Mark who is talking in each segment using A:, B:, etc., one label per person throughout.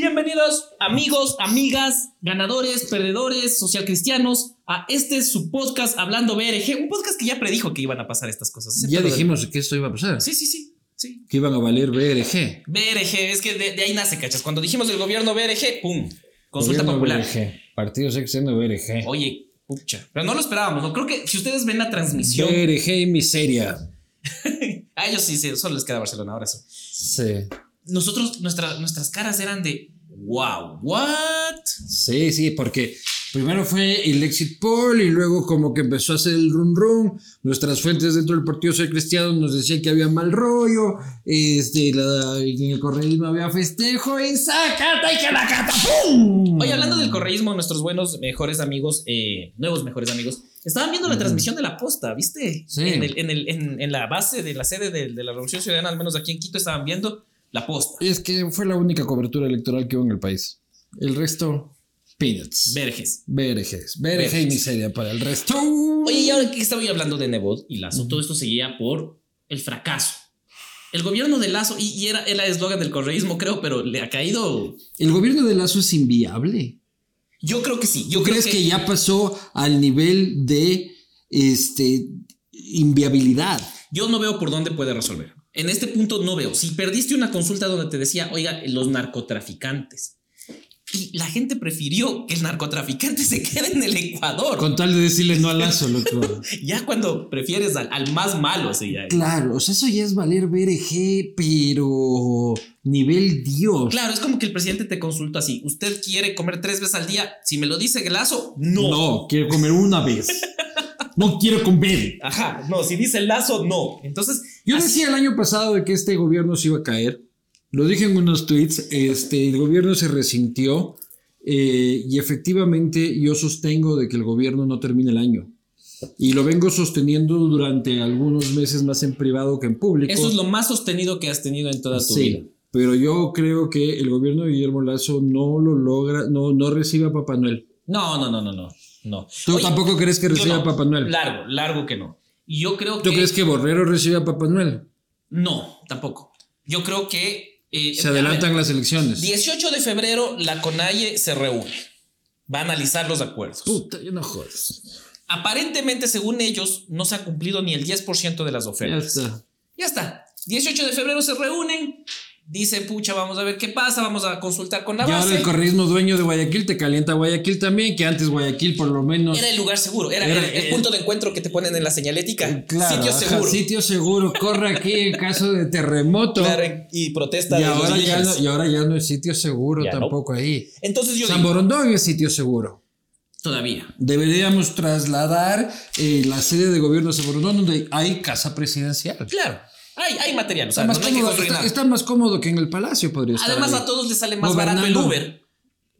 A: Bienvenidos amigos, amigas, ganadores, perdedores, social cristianos, a este su podcast Hablando BRG, un podcast que ya predijo que iban a pasar estas cosas. Ese
B: Ya
A: pedo de-
B: dijimos que esto iba a pasar.
A: Sí, sí, sí, sí.
B: Que iban a valer BRG.
A: BRG, es que de, de ahí nace, cachas. Cuando dijimos del gobierno BRG, ¡pum! Consulta
B: Gobierno
A: popular.
B: BRG. Partido sexeno BRG.
A: Oye, pucha. Pero no lo esperábamos, ¿no? Creo que si ustedes ven la transmisión.
B: BRG y miseria.
A: a ellos sí, sí, solo les queda Barcelona, ahora sí.
B: Sí.
A: Nosotros, nuestra- nuestras caras eran de. ¡Wow! ¿What?
B: Sí, sí, porque primero fue el exit poll y luego como que empezó a hacer el run run. Nuestras fuentes dentro del Partido Social Cristiano nos decían que había mal rollo, este, la- en el correísmo había festejo y sacata y que la cata, ¡pum!
A: Oye, hablando del correísmo, nuestros buenos, mejores amigos, eh, nuevos mejores amigos, estaban viendo la
B: Ujú.
A: transmisión de la posta, ¿viste?
B: Sí.
A: En, el- en el- en- en la base de la sede de, de la Revolución Ciudadana, al menos aquí en Quito, estaban viendo la posta.
B: Es que fue la única cobertura electoral que hubo en el país. El resto, peanuts.
A: Verges.
B: BRGs. BRG y miseria para el resto.
A: Oye, y ahora que estaba yo hablando de Nebot y Lazo, todo esto seguía por el fracaso. El gobierno de Lazo, y, y era era el eslogan del correísmo, creo, pero le ha caído.
B: El gobierno de Lazo es inviable.
A: Yo creo que sí. Yo
B: ¿Tú
A: creo
B: crees que... ya pasó al nivel de este inviabilidad?
A: Yo no veo por dónde puede resolver. En este punto no veo. Si perdiste una consulta donde te decía, oiga, los narcotraficantes. Y la gente prefirió que el narcotraficante se quede en el Ecuador.
B: Con tal de decirle no al lazo, loco.
A: Ya cuando prefieres al, al más malo, así ya.
B: claro, o sea, eso ya es valer BRG, pero nivel Dios.
A: Claro, es como que el presidente te consulta así. ¿Usted quiere comer tres veces al día? Si me lo dice Lazo, no.
B: quiero comer una vez. No quiero comer.
A: Ajá, no, si dice Lazo, no. Entonces,
B: Yo
A: así-
B: decía el año pasado de que este gobierno se iba a caer. Lo dije en unos tweets. Este, el gobierno se resintió. eh, y efectivamente, yo sostengo de que el gobierno no termina el año. Y lo vengo sosteniendo durante algunos meses más en privado que en público.
A: eso es lo más sostenido que has tenido en toda tu
B: Sí,
A: vida.
B: Pero yo creo que el gobierno de Guillermo Lazo no lo logra, no, no recibe a Papá Noel.
A: No, no, no, no, no. no.
B: ¿Tú
A: Oye,
B: tampoco crees que
A: yo
B: reciba
A: no.
B: a Papá Noel?
A: Largo, largo que no. Y yo creo que.
B: ¿Tú crees que Borrero recibe a Papá Noel?
A: No, tampoco. Yo creo que. eh,
B: Se
A: a ver,
B: adelantan las elecciones.
A: 18 de febrero, la CONAIE se reúne. Va a analizar los acuerdos.
B: Puta, yo no jodas.
A: Aparentemente, según ellos, no se ha cumplido ni el 10% de las
B: Ya
A: ofertas.
B: está.
A: Ya está. 18 de febrero se reúnen. Dicen, pucha, vamos a ver qué pasa. Vamos a consultar con la
B: Y ahora
A: base.
B: el correísmo dueño de Guayaquil te calienta Guayaquil también, que antes Guayaquil por lo menos.
A: Era el lugar seguro. Era,
B: Era-
A: era el
B: era-
A: punto de encuentro que te ponen en la señalética.
B: Eh, claro,
A: Sitio
B: ajá,
A: seguro.
B: sitio seguro, corre aquí en caso de terremoto.
A: Claro, y protesta
B: y,
A: de los
B: ahora ya no,
A: indígenas.
B: y ahora ya no es sitio seguro
A: Ya no.
B: tampoco ahí.
A: Entonces yo
B: San
A: digo,
B: Borondón es sitio seguro.
A: todavía.
B: Deberíamos trasladar eh, la sede de gobierno a San Borondón, donde hay casa presidencial.
A: Claro, hay, hay material, o sea,
B: Está más,
A: no hay que
B: cómodo,
A: construir
B: está-
A: nada.
B: está más cómodo que en el palacio, podría estar.
A: Además,
B: ahí.
A: a todos les sale más
B: Gobernando.
A: barato el Uber.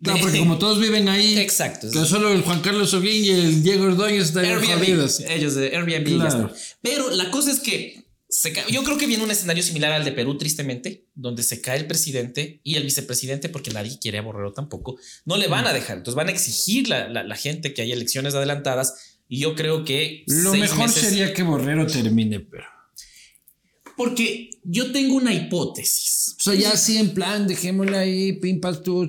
B: Claro, porque como todos viven ahí,
A: Exacto.
B: que solo el Juan Carlos Oguín y el Diego Ordóñez están
A: Airbnb.
B: jodidos.
A: Ellos de Airbnb. ya
B: Claro.
A: está. Pero la cosa es que se ca- yo creo que viene un escenario similar al de Perú, tristemente, donde se cae el presidente y el vicepresidente, porque nadie quiere a Borrero tampoco. No le
B: Mm.
A: van a dejar. Entonces van a exigir la, la- la gente que haya elecciones adelantadas. Y yo creo que
B: Lo
A: seis
B: mejor
A: meses-
B: sería que Borrero termine, pero.
A: Porque yo tengo una hipótesis.
B: O sea, ya así en plan, dejémosla ahí, pim, pam, tú,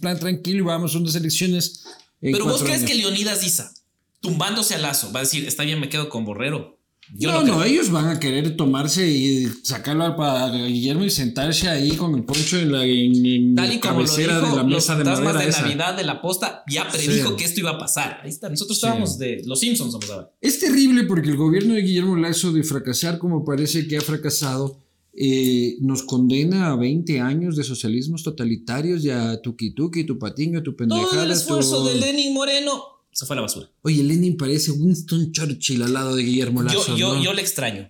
B: plan tranquilo y vamos a unas elecciones. en
A: Pero vos
B: cuatro
A: crees
B: años.
A: que Leonidas Isa, tumbándose al lazo, va a decir, está bien, me quedo con Borrero. Yo
B: no,
A: no, creo.
B: no, ellos van a querer tomarse y sacarlo para Guillermo y sentarse ahí con el poncho en la en- en
A: Tal y
B: la
A: como lo
B: cabecera
A: dijo
B: de la mesa
A: los
B: de
A: fantasmas
B: madera
A: de
B: esa.
A: Navidad de la posta, ya predijo
B: Sí.
A: que esto iba a pasar. Ahí está, nosotros
B: Sí.
A: estábamos de los Simpsons, somos ahora.
B: Es terrible porque el gobierno de Guillermo Lazo, de fracasar como parece que ha fracasado, eh, nos condena a 20 años de socialismos totalitarios y a tuki tuki, tu patiño, tu pendejada.
A: Todo el esfuerzo
B: tu-
A: de Lenin Moreno se fue a la basura.
B: Oye, Lenin parece Winston Churchill al lado de Guillermo Lazo.
A: Yo, yo,
B: ¿no?
A: yo le extraño.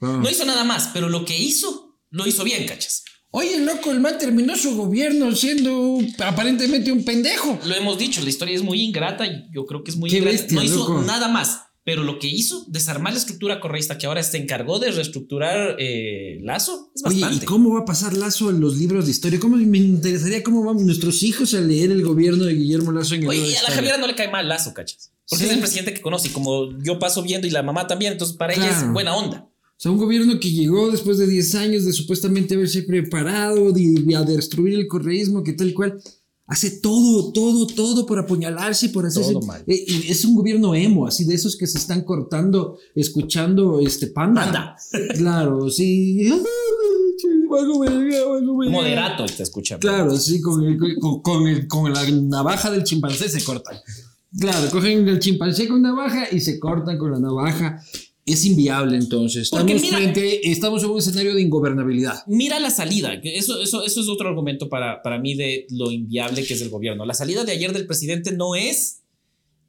B: Ah.
A: No hizo nada más, pero lo que hizo, lo hizo bien, cachas.
B: Oye, loco, el man terminó su gobierno siendo un- aparentemente un pendejo.
A: Lo hemos dicho, la historia es muy ingrata y yo creo que es muy
B: Qué
A: ingrata.
B: bestia,
A: no hizo
B: loco.
A: nada más. Pero lo que hizo, desarmar la estructura correísta que ahora se encargó de reestructurar eh, Lazo, es
B: Oye,
A: bastante.
B: ¿y cómo va a pasar Lazo en los libros de historia? ¿Cómo me interesaría cómo van nuestros hijos a leer el gobierno de Guillermo Lazo en el
A: Oye,
B: libro de
A: y a la
B: historia?
A: Javiera no le cae mal Lazo, cachas. Porque
B: Sí.
A: es el presidente que conoce. Y como yo paso viendo y la mamá también, entonces para ella es
B: Claro.
A: buena onda.
B: O sea, un gobierno que llegó después de 10 años de supuestamente haberse preparado, de, de a destruir el correísmo, que tal cual, hace todo, todo, todo por apuñalarse, por hacerse.
A: Todo mal.
B: Eh, eh, es un gobierno emo, así de esos que se están cortando, escuchando este panda.
A: Panda.
B: Claro, sí. Bajo verga, bajo verga.
A: Moderato está escuchando.
B: Claro, sí, con, el- con- con el- con la navaja del chimpancé se cortan. Claro, cogen el chimpancé con navaja y se cortan con la navaja. Es inviable entonces. Estamos,
A: Porque mira-
B: frente, estamos en un escenario de ingobernabilidad.
A: Mira la salida, que eso, eso, eso es otro argumento para, para mí de lo inviable que es el gobierno. La salida de ayer del presidente no es,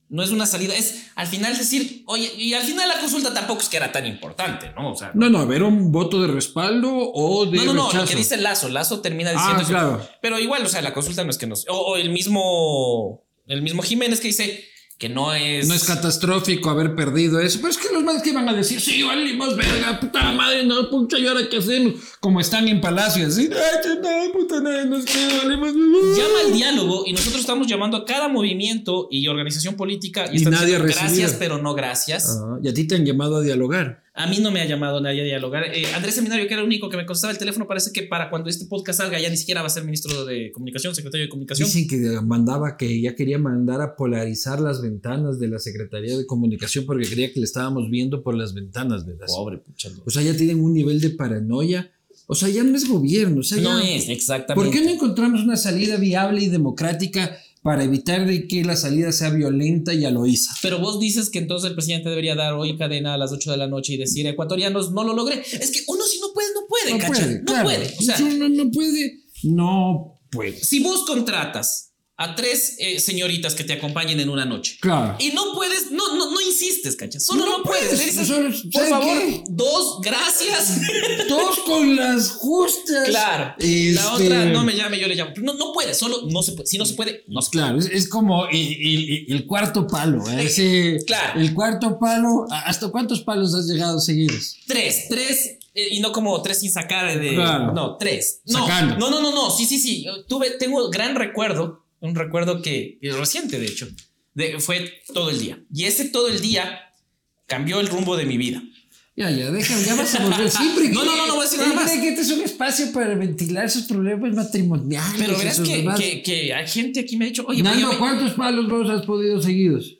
A: no es una salida, es al final decir, oye, y al final la consulta tampoco es que era tan importante, ¿no? O sea,
B: No, no, a ver, un voto de respaldo o de
A: no, no, no, lo
B: rechazo.
A: que dice Lazo, Lazo termina diciendo,
B: ah,
A: eso.
B: claro.
A: pero igual, o sea, la consulta no es que nos, o, o el mismo, el mismo Jiménez que dice que no es,
B: No es catastrófico haber perdido eso. Pero es que los más que van a decir, sí, valimos verga, puta madre, no, pucha, ¿y ahora qué hacemos? Como están en palacio, así, ay, no, puta, no, no, es que valimos verga.
A: llama al diálogo y nosotros estamos llamando a cada movimiento y organización política
B: Y
A: están
B: nadie
A: diciendo,
B: ha recibido.
A: gracias, pero no gracias.
B: Ah, y a ti te han llamado a dialogar.
A: A mí no me ha llamado nadie a dialogar. Eh, Andrés Seminario, que era el único que me contestaba el teléfono, parece que para cuando este podcast salga ya ni siquiera va a ser ministro de Comunicación, secretario de Comunicación.
B: Dicen que mandaba, que ya quería mandar a polarizar las ventanas de la Secretaría de Comunicación porque creía que le estábamos viendo por las ventanas, ¿verdad?
A: Pobre, pucha.
B: O sea, ya tienen un nivel de paranoia. O sea, ya no es gobierno. O sea,
A: No
B: pues, ya-
A: es, exactamente.
B: ¿Por qué no encontramos una salida viable y democrática para evitar de que la salida sea violenta y aloísa?
A: Pero vos dices que entonces el presidente debería dar hoy cadena a las 8 de la noche y decir, ecuatorianos, no lo logré. Es que uno si no puede, no puede,
B: No
A: cacha.
B: puede,
A: no
B: claro.
A: puede. O sea,
B: Si uno no puede. No puede.
A: si vos contratas a tres eh, señoritas que te acompañen en una noche
B: Claro.
A: y no puedes, no, no, no insistes, cacha. Eh, Solo
B: No
A: no, puedes.
B: puedes,
A: Le dices,
B: solo-
A: por
B: ¿sabe
A: favor,
B: qué?
A: dos, gracias.
B: Todos con las justas.
A: Claro.
B: Este-
A: La otra no me llame, yo le llamo. No, no puede, solo no se puede. Si no se puede, no se
B: Claro, es, es como el, el- el cuarto palo. ¿eh? Ese-
A: Claro.
B: El cuarto palo. ¿a- ¿Hasta cuántos palos has llegado seguidos?
A: Tres, tres. eh, y no como tres sin sacar de.
B: Claro.
A: No, tres. No,
B: Sacando.
A: no, no, no, no. Sí, sí, sí. Yo Tuve, tengo gran recuerdo, un recuerdo que que reciente, de hecho. de- fue todo el día. Y ese todo el día cambió el rumbo de mi vida.
B: Ya, ya, deja, ya vas a volver siempre.
A: No, no, no, no voy a decir nada
B: Él
A: más.
B: cree que este es un espacio para ventilar sus problemas matrimoniales.
A: Pero
B: y
A: verás
B: sus
A: que,
B: demás.
A: que, que hay gente aquí me ha dicho, oye, pero
B: Nando,
A: ya me-
B: ¿cuántos palos vos has podido seguidos?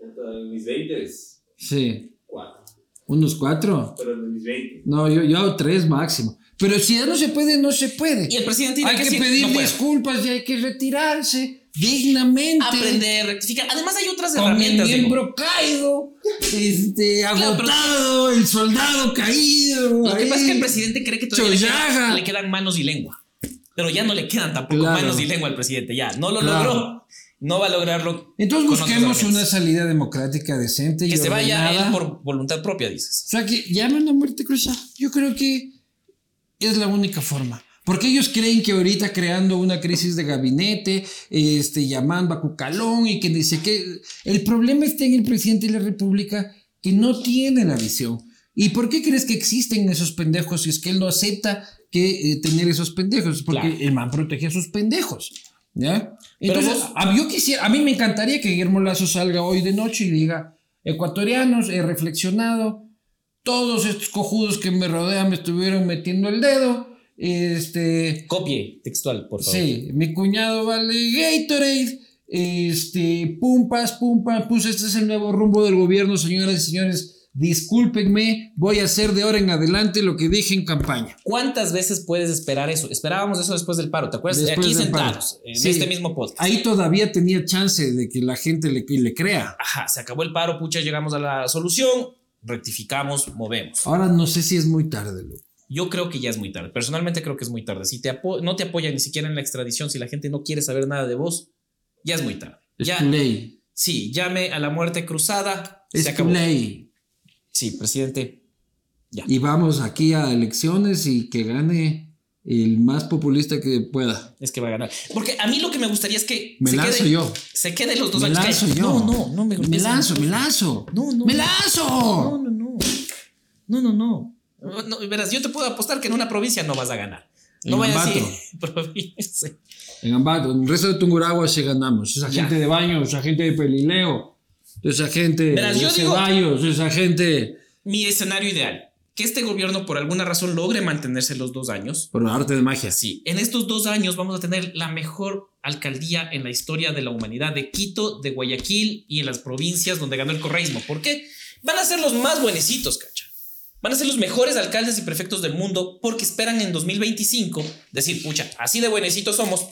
C: En mis 20
B: Sí,
C: cuatro,
B: unos cuatro.
C: pero en mis 20.
B: No, yo, yo hago tres máximo. Pero si ya no se puede, no se puede.
A: y el presidente dirá
B: hay que,
A: sí, no
B: pedir
A: puedo.
B: disculpas y hay que retirarse dignamente.
A: Aprender, rectificar. Además, hay otras
B: con el
A: herramientas. digo.
B: miembro caído, este,
A: Claro, pero-
B: agotado, el soldado caído.
A: Lo que pasa es que
B: ahí.
A: el presidente cree que todavía le,
B: Chollaga.
A: quedan- le quedan manos y lengua. Pero ya no le quedan tampoco
B: Claro.
A: manos y lengua al presidente. Ya, no lo
B: Claro.
A: logró. No va a lograrlo.
B: Entonces
A: con otros
B: busquemos
A: elementos.
B: una salida democrática decente y
A: Que se vaya
B: ordenada.
A: él por voluntad propia, dices.
B: O sea, que llamen a muerte cruzada. Yo creo que es la única forma. Porque ellos creen que ahorita creando una crisis de gabinete, este, llamando a Cucalón y que dice que el problema está en el presidente de la República que no tiene la visión. ¿Y por qué crees que existen esos pendejos si es que él no acepta que eh, tener esos pendejos? Porque
A: Claro.
B: el man protege a sus pendejos. ¿Ya?
A: Pero
B: Entonces,
A: vos-
B: a, yo quisiera, a mí me encantaría que Guillermo Lazo salga hoy de noche y diga, ecuatorianos, he reflexionado, todos estos cojudos que me rodean me estuvieron metiendo el dedo. Este,
A: Copie textual, por favor.
B: sí, mi cuñado vale Gatorade. Este, pumpas, pumpas, pues este es el nuevo rumbo del gobierno, señoras y señores. Discúlpenme, voy a hacer de ahora en adelante lo que dije en campaña.
A: ¿Cuántas veces puedes esperar eso? Esperábamos eso después del paro, ¿te acuerdas?
B: Después
A: Aquí
B: del
A: sentados,
B: paro.
A: en
B: Sí.
A: este mismo podcast.
B: Ahí todavía tenía chance de que la gente le, le crea.
A: Ajá, se acabó el paro, pucha, llegamos a la solución, rectificamos, movemos.
B: Ahora no sé si es muy tarde, loco.
A: Yo creo que ya es muy tarde. Personalmente creo que es muy tarde. Si te apo- no te apoyan ni siquiera en la extradición, si la gente no quiere saber nada de vos, ya es muy tarde.
B: Es
A: Ya,
B: tu ley.
A: sí, llame a la muerte cruzada. se
B: Es tu
A: acabó.
B: ley.
A: Sí, presidente.
B: Y vamos aquí a elecciones y que gane el más populista que pueda.
A: Es que va a ganar. Porque a mí lo que me gustaría es que
B: Me
A: se,
B: lanzo
A: quede,
B: yo.
A: se quede los dos
B: Me
A: años que hay.
B: lanzo yo.
A: No, no, no me
B: Me
A: golpees el
B: lanzo, me
A: micrófono.
B: lanzo.
A: No, no.
B: ¡Me
A: no. No,
B: lanzo!
A: no, no. No, no, no. No, verás, yo te puedo apostar que en una provincia no vas a ganar. No
B: En
A: voy a
B: Ambato.
A: decir provincia.
B: En Ambato, en el resto de Tungurahua sí ganamos. Esa
A: Ya.
B: gente de baños, esa gente de Pelileo, esa gente
A: Verás,
B: de
A: yo digo-
B: Ceballos, esa gente.
A: Mi escenario ideal. que este gobierno por alguna razón logre mantenerse los dos años.
B: Por arte de magia.
A: Sí, en estos dos años vamos a tener la mejor alcaldía en la historia de la humanidad de Quito, de Guayaquil y en las provincias donde ganó el correísmo. ¿Por qué? Van a ser los más buenecitos, cacha. Van a ser los mejores alcaldes y prefectos del mundo porque esperan en 2025 decir, pucha, así de buenecitos somos.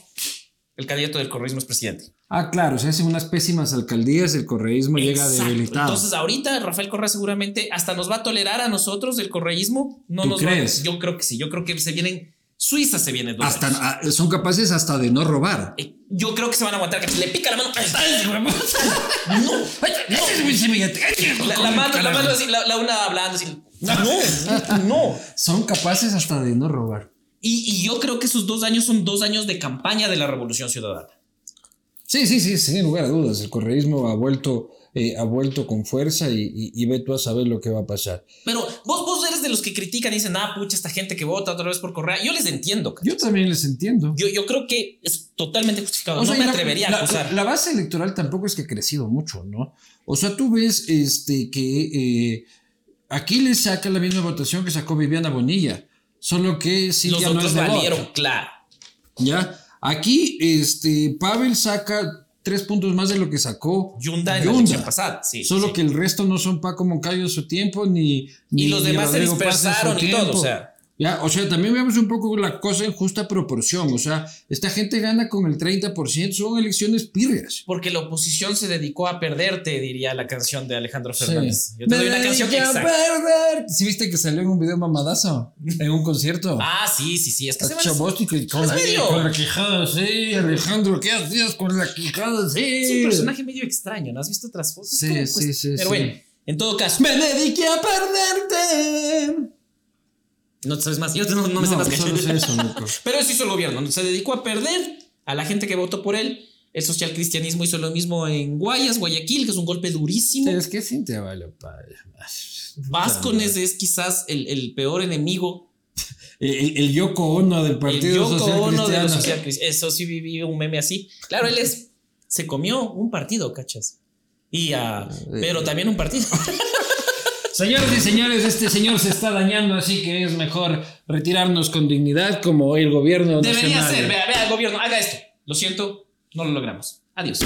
A: El candidato del correísmo es presidente.
B: Ah, claro, se hacen unas pésimas alcaldías, el correísmo llega
A: Exacto.
B: debilitado.
A: Entonces, ahorita Rafael Correa seguramente hasta nos va a tolerar a nosotros el correísmo. No
B: ¿Tú
A: nos va-
B: crees?
A: yo creo que sí. Yo creo que se vienen. Suiza se viene. dos
B: hasta,
A: años.
B: ah, son capaces hasta de no robar.
A: Eh, Yo creo que se van a aguantar. Que le pica la mano. ¡Ay, ay, güey! No, ay, no. La, la mano, la mano así, la, la una hablando así. No, no.
B: Son capaces hasta de no robar.
A: Y, y yo creo que esos dos años son dos años de campaña de la Revolución Ciudadana.
B: Sí, sí, sí, sin lugar a dudas. El correísmo ha vuelto, eh, ha vuelto con fuerza y, y- y ve tú a saber lo que va a pasar.
A: Pero vos, vos eres de los que critican y dicen, ah, pucha, esta gente que vota otra vez por Correa. Yo les entiendo. ca-
B: Yo también les entiendo.
A: Yo, yo creo que es totalmente justificado.
B: O sea,
A: no me
B: la-
A: atrevería
B: la,
A: a acusar.
B: la base electoral tampoco es que ha crecido mucho, ¿no? O sea, tú ves este, que eh, aquí le saca la misma votación que sacó Viviana Bonilla, solo que
A: Los
B: Silvia no
A: otros
B: es de voto,
A: valieron, claro.
B: ¿Ya? Aquí este, Pavel saca tres puntos más de lo que sacó
A: Yunda en la
B: Yunda.
A: elección pasada. Sí,
B: Solo
A: sí.
B: que el resto no son Paco Moncayo en su tiempo, ni.
A: Y
B: ni-
A: los
B: ni
A: demás se
B: Rodrigo Paz en su
A: dispersaron y todo.
B: tiempo.
A: O sea,
B: Ya, o sea, también vemos un poco la cosa en justa proporción. O sea, esta gente gana con el 30%, son elecciones pirrias.
A: porque la oposición se dedicó a perderte, diría la canción de Alejandro
B: Sí.
A: Fernández. Yo te doy una canción
B: Bella
A: exacta.
B: Pervert. ¿Sí viste que salió en un video mamadazo? En un concierto.
A: Ah, sí, sí, sí. Es que se van a-
B: Chabos y que- con,
A: Es
B: la,
A: medio-
B: con la quijada, sí, Alejandro, ¿qué hacías con la quijada? Sí.
A: Es un personaje medio extraño, ¿no has visto otras fotos? Es
B: Sí,
A: como
B: sí,
A: cuest-
B: sí,
A: Pero
B: sí.
A: bueno, en todo caso,
B: Me dediqué a perderte.
A: no te sabes más. Yo no, no me sé más que
B: solo sé eso, loco.
A: Pero eso hizo el gobierno, ¿no? se dedicó a perder a la gente que votó por él. El socialcristianismo hizo lo mismo en Guayas, Guayaquil, que es un golpe durísimo.
B: Es que Cintia vale padre.
A: Vascones es quizás el, el peor enemigo.
B: El, Eh, el- el Yoko Ono del
A: El
B: Partido
A: Yoko
B: Social
A: Ono de los
B: Cristiano.
A: socialcristianos. Eso sí viví un meme así. Claro, él es. Se comió un partido, cachas. Y a. Pero también un partido.
B: Señores y señores, este señor se está dañando, así que es mejor retirarnos con dignidad como el gobierno
A: Debería
B: nacional.
A: ser. Vea, vea, el gobierno, haga esto. Lo siento, no lo logramos. Adiós.